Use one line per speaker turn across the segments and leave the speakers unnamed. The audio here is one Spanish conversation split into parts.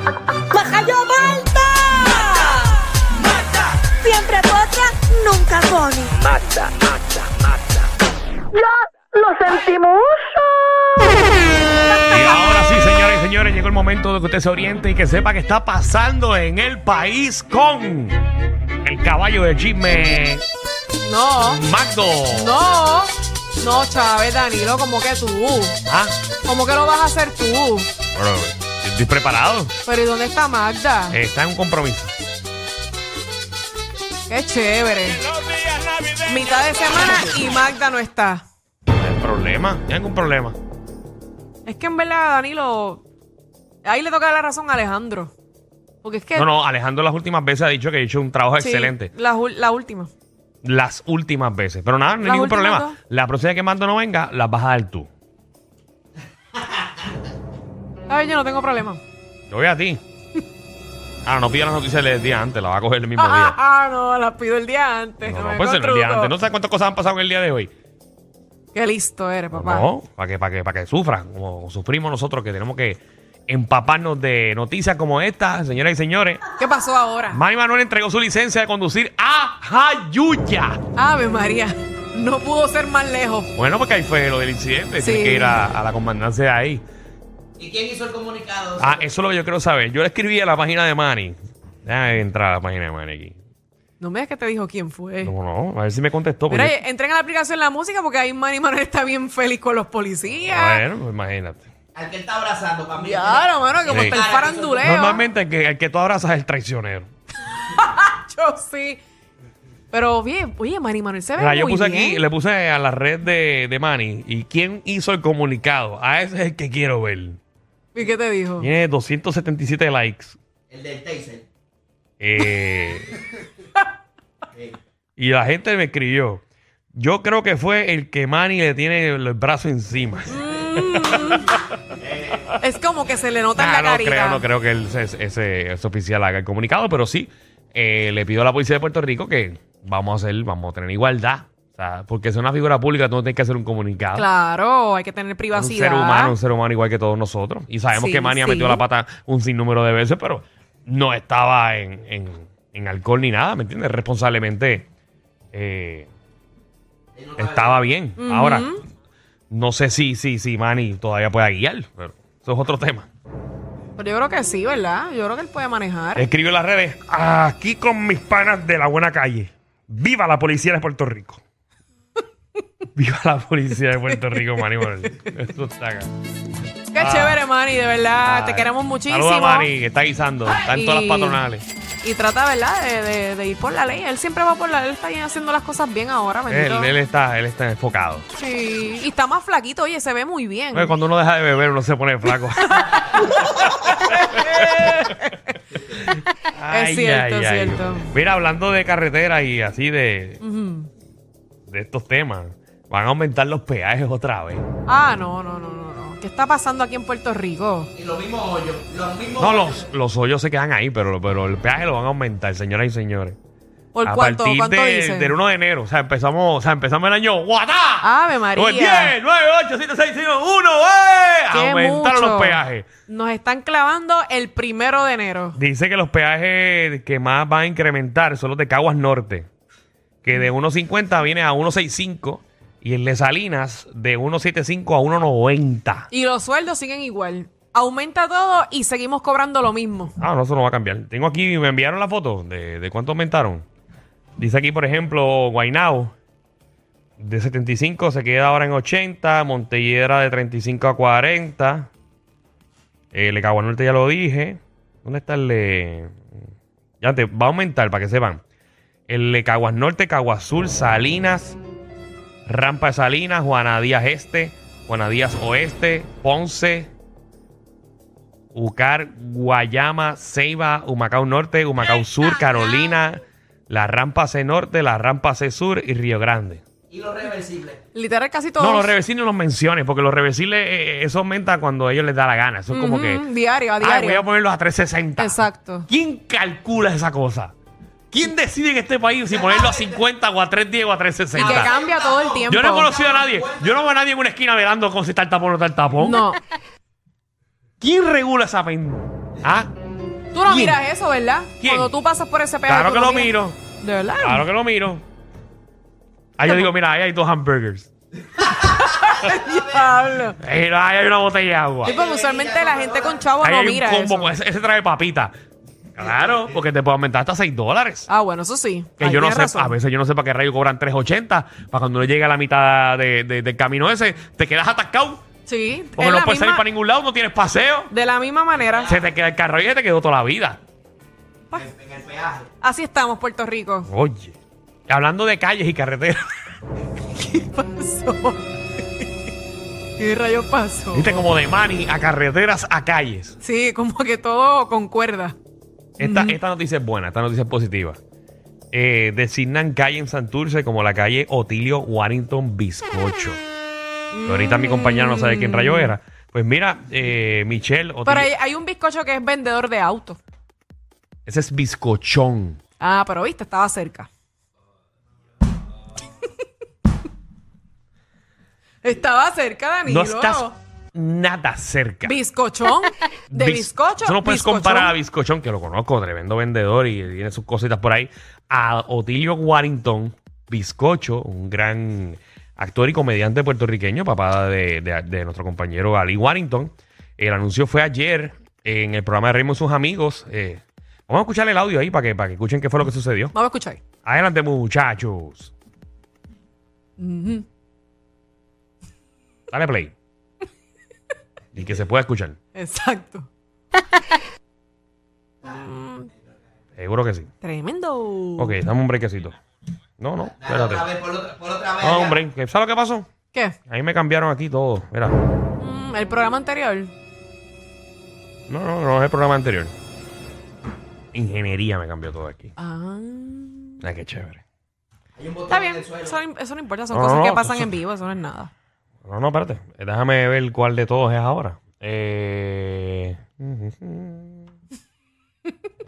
¡Majayo Malta!
¡Mata!
Siempre potra, nunca pone.
¡Mata! ¡Mata!
¡Ya lo sentimos!
Y ahora sí, señores y señores, llegó el momento de que usted se oriente y que sepa qué está pasando en el país con el caballo de chisme,
No,
Magdo.
no, no, Chávez, Danilo, como que tú,
Ah,
como que lo vas a hacer tú.
bueno, estoy preparado.
Pero ¿y dónde está Magda?
Eh, Está en un compromiso.
Qué chévere. Mitad de semana y Magda no está.
No hay problema, no hay ningún problema.
Es que en verdad, Danilo, ahí le toca la razón a Alejandro. Porque es que...
No, no, Alejandro las últimas veces ha dicho que ha hecho un trabajo
sí,
excelente.
La, ul- la última.
Las últimas veces. Pero nada, no hay
Las
ningún
últimas
problema.
dos.
La próxima que Mando no venga, las vas a dar tú.
Ay, yo no tengo problema.
Yo voy a ti. Ah, no pido las noticias del día antes, la va a coger el mismo
Ah,
día.
ah, ah, no, las pido el día antes.
No,
que
no,
me
pues el día
construyo.
antes. No sé cuántas cosas han pasado en el día de hoy.
Qué listo eres, papá.
No, para que, para que, para que sufran, como sufrimos nosotros, que tenemos que empaparnos de noticias como esta, señoras y señores.
¿Qué pasó ahora?
Manny Manuel entregó su licencia de conducir a Jayuya.
Ave María, no pudo ser más lejos.
Bueno, porque ahí fue lo del incidente,
Sí.
tiene que ir a, a la comandancia de ahí.
¿Y quién hizo el comunicado?
Ah, eso es lo que yo quiero saber. Yo le escribí a la página de Manny. Déjame entrar a la página de Manny aquí.
No me digas que te dijo quién fue.
No, no, pues a ver si me contestó. porque
Mira, entren a la aplicación la música porque ahí Manny Manuel está bien feliz con los
yo-
policías.
Bueno, pues imagínate.
Al que él está abrazando, para mí.
Claro, mano, como
Sí.
está el faranduleo.
Normalmente el que, el que tú abrazas es el traicionero.
Yo sí. Pero bien, oye, Manny Manuel se ve
Mira,
muy
yo puse
bien.
aquí, le puse a la red de, de Manny. ¿Y quién hizo el comunicado? A ese es el que quiero ver.
¿Y qué te dijo?
Tiene 277 likes.
El del taser.
Eh, y la gente me escribió. Yo creo que fue el que Manny le tiene el brazo encima.
Es como que se le nota en
Ah,
la
no
carita.
creo, no creo que él se- ese, ese oficial haga el comunicado, pero sí eh, le pido a la policía de Puerto Rico que vamos a hacer, vamos a tener igualdad. O sea, porque es una figura pública, tú no tienes que hacer un comunicado.
Claro, hay que tener
Es un
privacidad.
ser humano, un ser humano igual que todos nosotros. Y sabemos
Sí,
que Manny ha
sí.
metido la pata un sinnúmero de veces, pero no estaba en, en- en alcohol ni nada, ¿me entiendes? Responsablemente eh,
Él no
estaba bien. Ahora, no sé si, si, si Manny todavía pueda guiar, pero eso es otro tema.
Pero Pues yo creo que sí, ¿verdad? Yo creo que él puede manejar.
Escribió en las redes, aquí con mis panas de la buena calle. ¡Viva la policía de Puerto Rico! ¡Viva la policía de Puerto Rico, Manny! Manuel. Eso está acá.
Qué chévere, Manny, de verdad.
Ay.
Ah, Te queremos muchísimo.
Ah, Saluda a Mari, que está guisando. Está en todas
Y-
las patronales.
Y trata, ¿verdad? De, de- de ir por la ley. Él siempre va por la ley. Él está bien haciendo las cosas bien ahora,
Él,
bendito.
él está, él está enfocado.
Sí. Y está más flaquito, oye, se ve muy bien.
Oye, Cuando uno deja de beber, uno se pone flaco. Ay,
cierto, es cierto.
Mira, hablando de carretera y así de,
Ujú.
de estos temas, van a aumentar los peajes otra vez.
Ah, no, no, no, no, no. ¿Qué está pasando aquí en Puerto Rico?
puede- Y los mismos hoyos. Los mismos
No, los, los hoyos se quedan ahí, pero, pero el peaje lo van a aumentar, señoras y señores.
¿Por
a
cuánto,
partir
cuánto
de-
dicen?
del 1 de enero. O sea, empezamos, o sea, empezamos el año. ¡Guatá! Pues
Ave María.
10, 9, 8, 7, 6, 5, 1. ¡eh!
¡Qué
Aumentaron
mucho!
los peajes.
Nos están clavando el primero de enero.
Dice que los peajes que más van a incrementar son los de Caguas Norte, que
Mm.
de 1.50 viene a 1.65 y el de Salinas de 1.75 a 1.90.
Y los sueldos siguen igual. Aumenta todo y seguimos cobrando lo mismo.
Ah, no, eso no va a cambiar. Tengo aquí, me enviaron la foto de, de cuánto aumentaron. Dice aquí, por ejemplo, Guainao de 75 se queda ahora en 80, Montellera de 35 a 40. El de Cagua Norte ya lo dije. ¿Dónde está el de...? Ya te va a aumentar para que sepan. El de Caguas Norte, Caguas Sur, Salinas, Rampa de Salinas, Juana Díaz Este, Juana Díaz Oeste, Ponce, Ucar, Guayama, Ceiba, Humacao Norte, Humacao Sur, Carolina, la Rampa C Norte, la Rampa C Sur y Río Grande.
Y los reversibles.
Literal, casi todos.
No, los revesiles no los menciones, porque los revesiles eh, eso aumenta cuando a ellos les da la gana. Eso es como
Ujú,
que.
Diario, a
"Ay,
diario.
voy a ponerlos a 360.
Exacto.
¿Quién calcula esa cosa? ¿Quién decide en este país si ponerlo a 50 o a 310 o a
Y que
360?
cambia todo el tiempo.
Yo no he conocido a nadie. Yo no veo a nadie en una esquina velando con si está el tapón o no está el tapón.
No.
¿Quién regula esa pen? Ah,
Tú no
¿Quién?
miras eso, ¿verdad?
¿Quién?
Cuando tú pasas por ese peaje.
claro
tú
que
no
lo
miras.
miro.
¿De verdad?
Claro que lo miro. Ahí yo digo, mira, ahí hay dos hamburgers.
Diablo.
Ahí ahí hay una botella de agua.
Sí, porque usualmente la gente con chavo
Ahí
no
hay un
mira
combo,
eso.
pues, ese, ese trae papita. Claro, porque te puede aumentar hasta 6 dólares.
Ah, bueno, eso sí.
Que
Ahí
yo no
tienes
sé,
razón.
a veces yo no sé para qué rayos cobran 3.80, para cuando uno llega a la mitad de- de- del camino ese, te quedas atascado,
Sí.
porque
es
no
la
puedes salir
misma-
para ningún lado, no tienes paseo,
De la misma manera.
se te queda el carro y se te quedó toda la vida.
En, en el peaje.
Así estamos, Puerto Rico.
Oye, hablando de calles y carreteras,
¿Qué pasó? ¿Qué rayos pasó?
viste como de mani a carreteras a calles.
Sí, como que todo concuerda.
Esta, esta noticia es buena, esta noticia es positiva. Eh, designan calle en Santurce como la calle Otilio Warrington Bizcocho. Que Ahorita mi compañero no sabe quién rayo era. Pues mira, eh, Michelle Otilio.
Pero hay, hay un bizcocho que es vendedor de autos.
Ese es bizcochón.
Ah, pero viste, estaba cerca. estaba cerca, Danilo.
No estás nada cerca.
Bizcochón. De
Biz-
bizcocho.
Tú no puedes
bizcochón.
comparar a bizcochón, que lo conozco, tremendo vendedor y tiene sus cositas por ahí, a Otilio Warrington, bizcocho, un gran actor y comediante puertorriqueño, papá de, de- de nuestro compañero Ali Warrington. El anuncio fue ayer en el programa de Raymond y sus amigos. Eh, vamos a escuchar el audio ahí para que, para que escuchen qué fue lo que sucedió.
Vamos a escuchar.
Adelante, muchachos. Dale play. y que se pueda escuchar.
Exacto.
Seguro que sí.
Tremendo.
Ok, dame un brequecito. No, no,
Dale,
espérate.
otra vez, por otra, por otra vez.
No,
ya.
hombre, ¿qué- ¿sabes lo que pasó?
¿Qué?
Ahí me cambiaron aquí todo. Mira,
Mm, el programa anterior.
no, no, no es el programa anterior. Ingeniería me cambió todo aquí.
Ah.
Ay, qué chévere.
Hay un botón
Está
en
bien,
el suelo.
eso no, eso no importa, son
No,
cosas
no,
que
no,
pasan
eso-
en vivo, eso no es nada.
No, no, espérate. Eh, Déjame ver cuál de todos es ahora. Eh...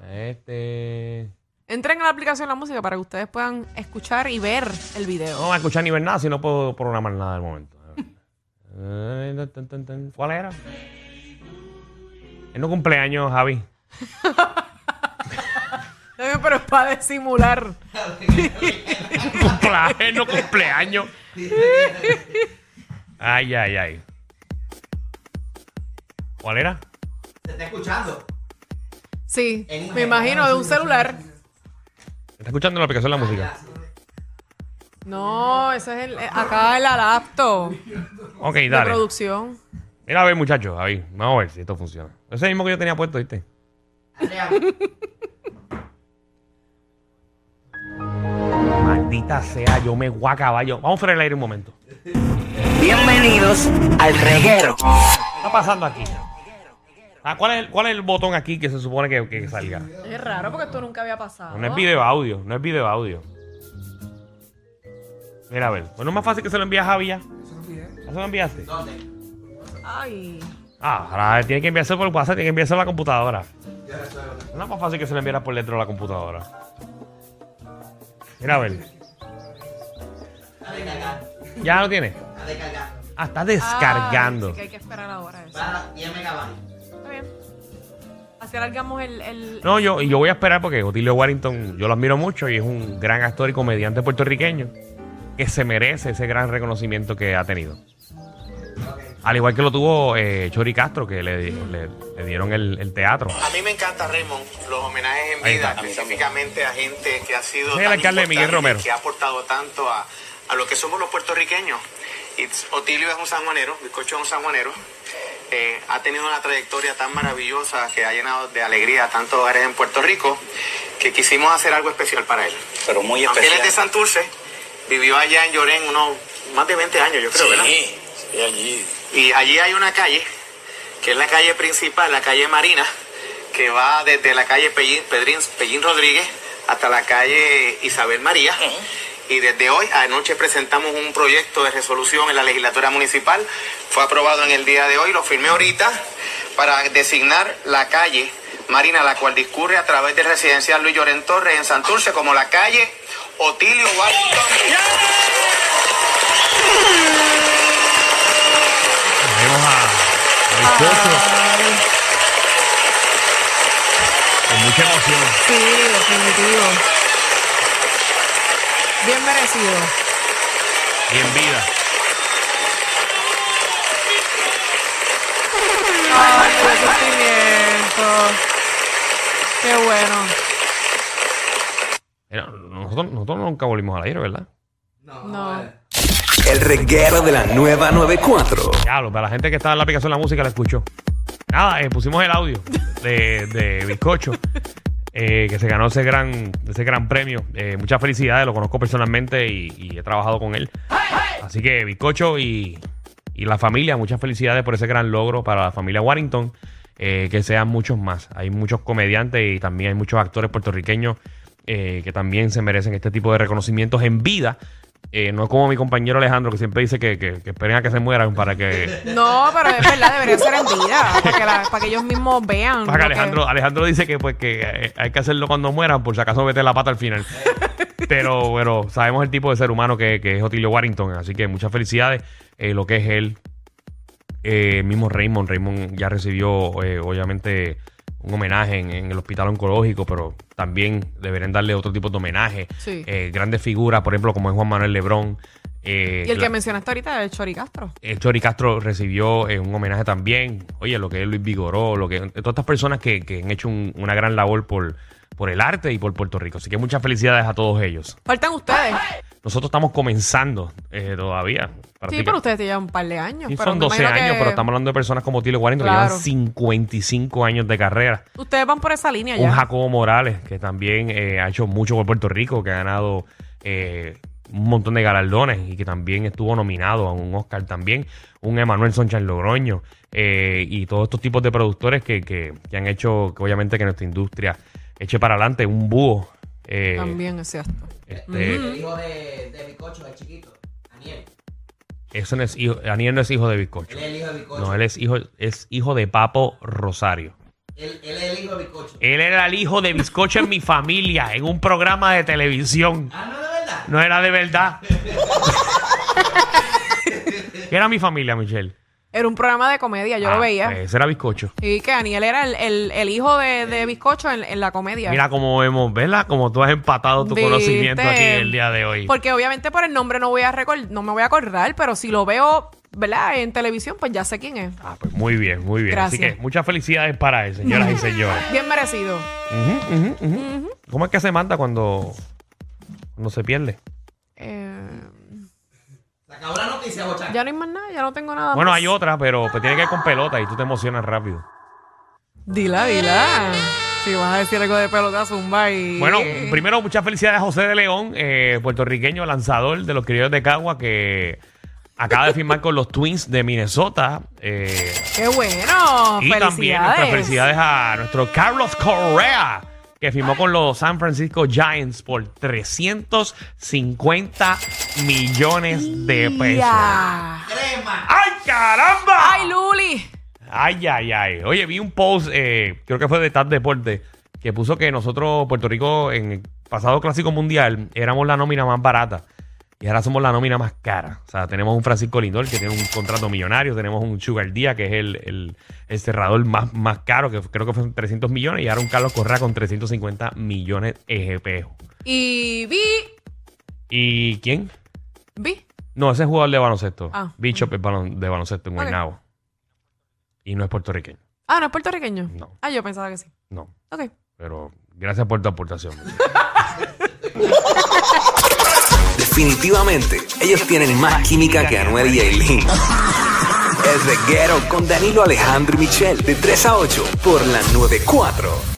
Este...
Entren a la aplicación de la música para que ustedes puedan escuchar y ver el
No
video.
voy a escuchar ni ver nada si no puedo programar nada de momento. Eh, tan, tan, tan. ¿Cuál era? Es no cumpleaños, Javi.
Eh, Pero es para disimular.
cumpleaños, no cumpleaños. Ay, ay, ay. ¿Cuál era?
Se está escuchando.
Sí,
En-
me imagino de un celular.
¿Está escuchando la aplicación de la música?
No, ese es el, eh, acá el laptop
Ok,
de
dale.
producción.
Mira, a ver, muchachos, Javi. Vamos a ver si esto funciona. Ese es el mismo que yo tenía puesto, ¿viste?
Andrea,
Maldita sea, yo me voy a caballo. Vamos a frenar el aire un momento.
Bienvenidos al reguero.
¿Qué está pasando aquí? Ah, ¿cuál, es el, ¿Cuál es el botón aquí que se supone que, que salga?
Es raro porque esto nunca había pasado.
No es video audio, no es video audio. Mira, a ver. Bueno, es más fácil que se lo envíe a Javi ya. ¿Ya se lo enviaste?
¿Dónde?
Ay,
Ah, ahora tiene que enviarse por WhatsApp, tiene que enviarse a la computadora. No es más fácil que se le enviara por dentro a la computadora. Mira, a ver.
A descargar.
¿Ya lo tiene?
A descargar.
Ah, está
Ay,
descargando.
sí Ah, que hay que esperar ahora eso.
Para 10 megabytes.
Está bien. Así alargamos el. el-
No, yo, y yo voy a esperar porque Otilio Warrington, yo lo admiro mucho y es un gran actor y comediante puertorriqueño que se merece ese gran reconocimiento que ha tenido. Al igual que lo tuvo eh, Chori Castro, que le, le- le dieron el, el teatro.
A mí me encanta Raymond, los homenajes en
Ahí está.
vida, específicamente a gente que ha sido
Ese es el alcalde Miguel
importante,
Romero.
que ha aportado tanto a, a lo que somos los puertorriqueños. Y Otilio es un sanjuanero, bizcocho es un sanjuanero. Eh, ha tenido una trayectoria tan maravillosa que ha llenado de alegría a tantos hogares en Puerto Rico que quisimos hacer algo especial para él.
pero muy
Aunque él
especial.
es de Santurce, vivió allá en Llorén unos más de 20 años, yo creo, ¿verdad?
sí, sí, allí.
Y allí hay una calle, que es la calle principal, la calle Marina, que va desde la calle Pellín, Pedrín- Pellín Rodríguez hasta la calle Isabel María. Y desde hoy, anoche presentamos un proyecto de resolución en la legislatura municipal. Fue aprobado en el día de hoy, lo firmé ahorita, para designar la calle Marina, la cual discurre a través del residencial Luis Llorén Torres en Santurce como la calle Otilio Washington.
Tenemos a, a Bizcocho. Mucha emoción.
Sí, definitivo. Bien merecido.
Y en vida.
Ay, qué sentimiento. Qué bueno.
Era- Nosotros, nosotros nunca volvimos al aire, ¿verdad?
No,
No.
vale.
El reguero de la nueva 94.
Diablo, para la gente que estaba en la aplicación de la música la escuchó. Nada, eh, pusimos el audio de, de Bizcocho, eh, que se ganó ese gran, ese gran premio. Eh, muchas felicidades, lo conozco personalmente y, y he trabajado con él. Así que Bizcocho y, y la familia, muchas felicidades por ese gran logro para la familia Warrington. eh, que sean muchos más. Hay muchos comediantes y también hay muchos actores puertorriqueños eh, que también se merecen este tipo de reconocimientos en vida. Eh, no como mi compañero Alejandro, que siempre dice que, que- que esperen a que se mueran para que
No, pero es verdad, debería ser en vida. Para que, la- para que ellos mismos vean.
Pues acá
lo que-
Alejandro, Alejandro dice que pues que eh, hay que hacerlo cuando mueran, por si acaso mete la pata al final. pero, pero sabemos el tipo de ser humano que, que es Otilio Warrington, así que muchas felicidades. eh, lo que es él, eh, mismo Raymond. Raymond ya recibió, eh, obviamente, un homenaje en, en el hospital oncológico, pero también deberían darle otro tipo de homenaje.
Sí.
Eh, grandes figuras, por ejemplo, como es Juan Manuel Lebrón. eh,
Y el que
la-
mencionaste ahorita es Chori Castro.
eh, Chori Castro recibió eh, un homenaje también. Oye, lo que es Luis Vigoró, lo que eh, todas estas personas que, que han hecho un- una gran labor por, por el arte y por Puerto Rico. Así que muchas felicidades a todos ellos.
Faltan ustedes.
Nosotros estamos comenzando eh, todavía.
Sí,
prácticamente.
pero ustedes te llevan un par de años.
Sí,
pero
son
me
12
imagino
años,
que
pero estamos hablando de personas como Tilo Guarino que
Claro.
llevan 55 años de carrera.
Ustedes van por esa línea
Un
ya.
Jacobo Morales, que también eh, ha hecho mucho por Puerto Rico, que ha ganado eh, un montón de galardones y que también estuvo nominado a un Oscar también. Un Emanuel Sonchan Logroño eh, y todos estos tipos de productores que, que- que han hecho, que obviamente, que nuestra industria eche para adelante. Un búho. eh,
También es cierto.
este,
El hijo de, de Bicocho, el chiquito. Daniel.
eso no es hijo, Daniel no es hijo de Bizcocho.
Él es el hijo de Bicocho.
No, él es hijo, es hijo de Papo Rosario.
Él, él es el hijo de Bicocho.
Él era el hijo de Bizcocho en mi familia, en un programa de televisión.
Ah, no, de verdad.
No era de verdad. era mi familia, Michelle.
Era un programa de comedia, yo
Ah,
lo veía.
pues, ese era bizcocho.
Y que Daniel era el, el- el hijo de,
Eh.
de Bizcocho en, en la comedia.
Mira cómo vemos, ¿verdad? Como tú has empatado tu
Viste,
conocimiento aquí el día de hoy.
Porque obviamente por el nombre no voy a recor- no me voy a acordar, pero si lo veo, ¿verdad? En televisión, pues ya sé quién es.
Ah, pues muy bien, muy bien. Así
Gracias.
que muchas felicidades para él, señoras y señores.
Bien merecido.
Ujú, ujú, ujú. ¿Cómo es que se manda cuando, cuando se pierde?
Eh,
Se acabó la noticia, bochaca.
ya no hay más nada, ya no tengo nada
Bueno,
más.
hay otra, pero pues, tiene que ir con pelota y tú te emocionas rápido.
Dila, dila. Si vas a decir algo de pelota, zumba y... eh,
Bueno, primero muchas felicidades a José de León, eh, puertorriqueño lanzador de los criollos de Cagua que acaba de firmar con los Twins de Minnesota. eh,
¡Qué bueno!
y también nuestras
Oh, ¡Felicidades!
felicidades a nuestro Carlos Correa que firmó con los San Francisco Giants por 350 millones de pesos.
Ya.
Crema.
¡Ay, caramba!
¡Ay, Luli!
Ay, ay, ay. Oye, vi un post, eh, creo que fue de TAS Deporte, que puso que nosotros, Puerto Rico, en el pasado Clásico Mundial, éramos la nómina más barata. Y ahora somos la nómina más cara. O sea, tenemos un Francisco Lindor que tiene un contrato millonario, tenemos un Sugar Díaz que es el, el- el cerrador más, más caro, que creo que fue 300 millones, y ahora un Carlos Correa con 350 millones EGP.
Y vi...
¿Y quién?
Vi.
No, ese es jugador de baloncesto.
Ah.
Bishop es balon- de baloncesto en
Ok.
Guaynabo. Y no es puertorriqueño.
Ah, ¿no es puertorriqueño?
No.
Ah, yo pensaba que sí.
No.
Ok.
Pero gracias por tu aportación.
Definitivamente, ellos tienen más química que Anuel y Aileen. El reguero con Danilo Alejandro y Michel de 3 a 8 por la 94.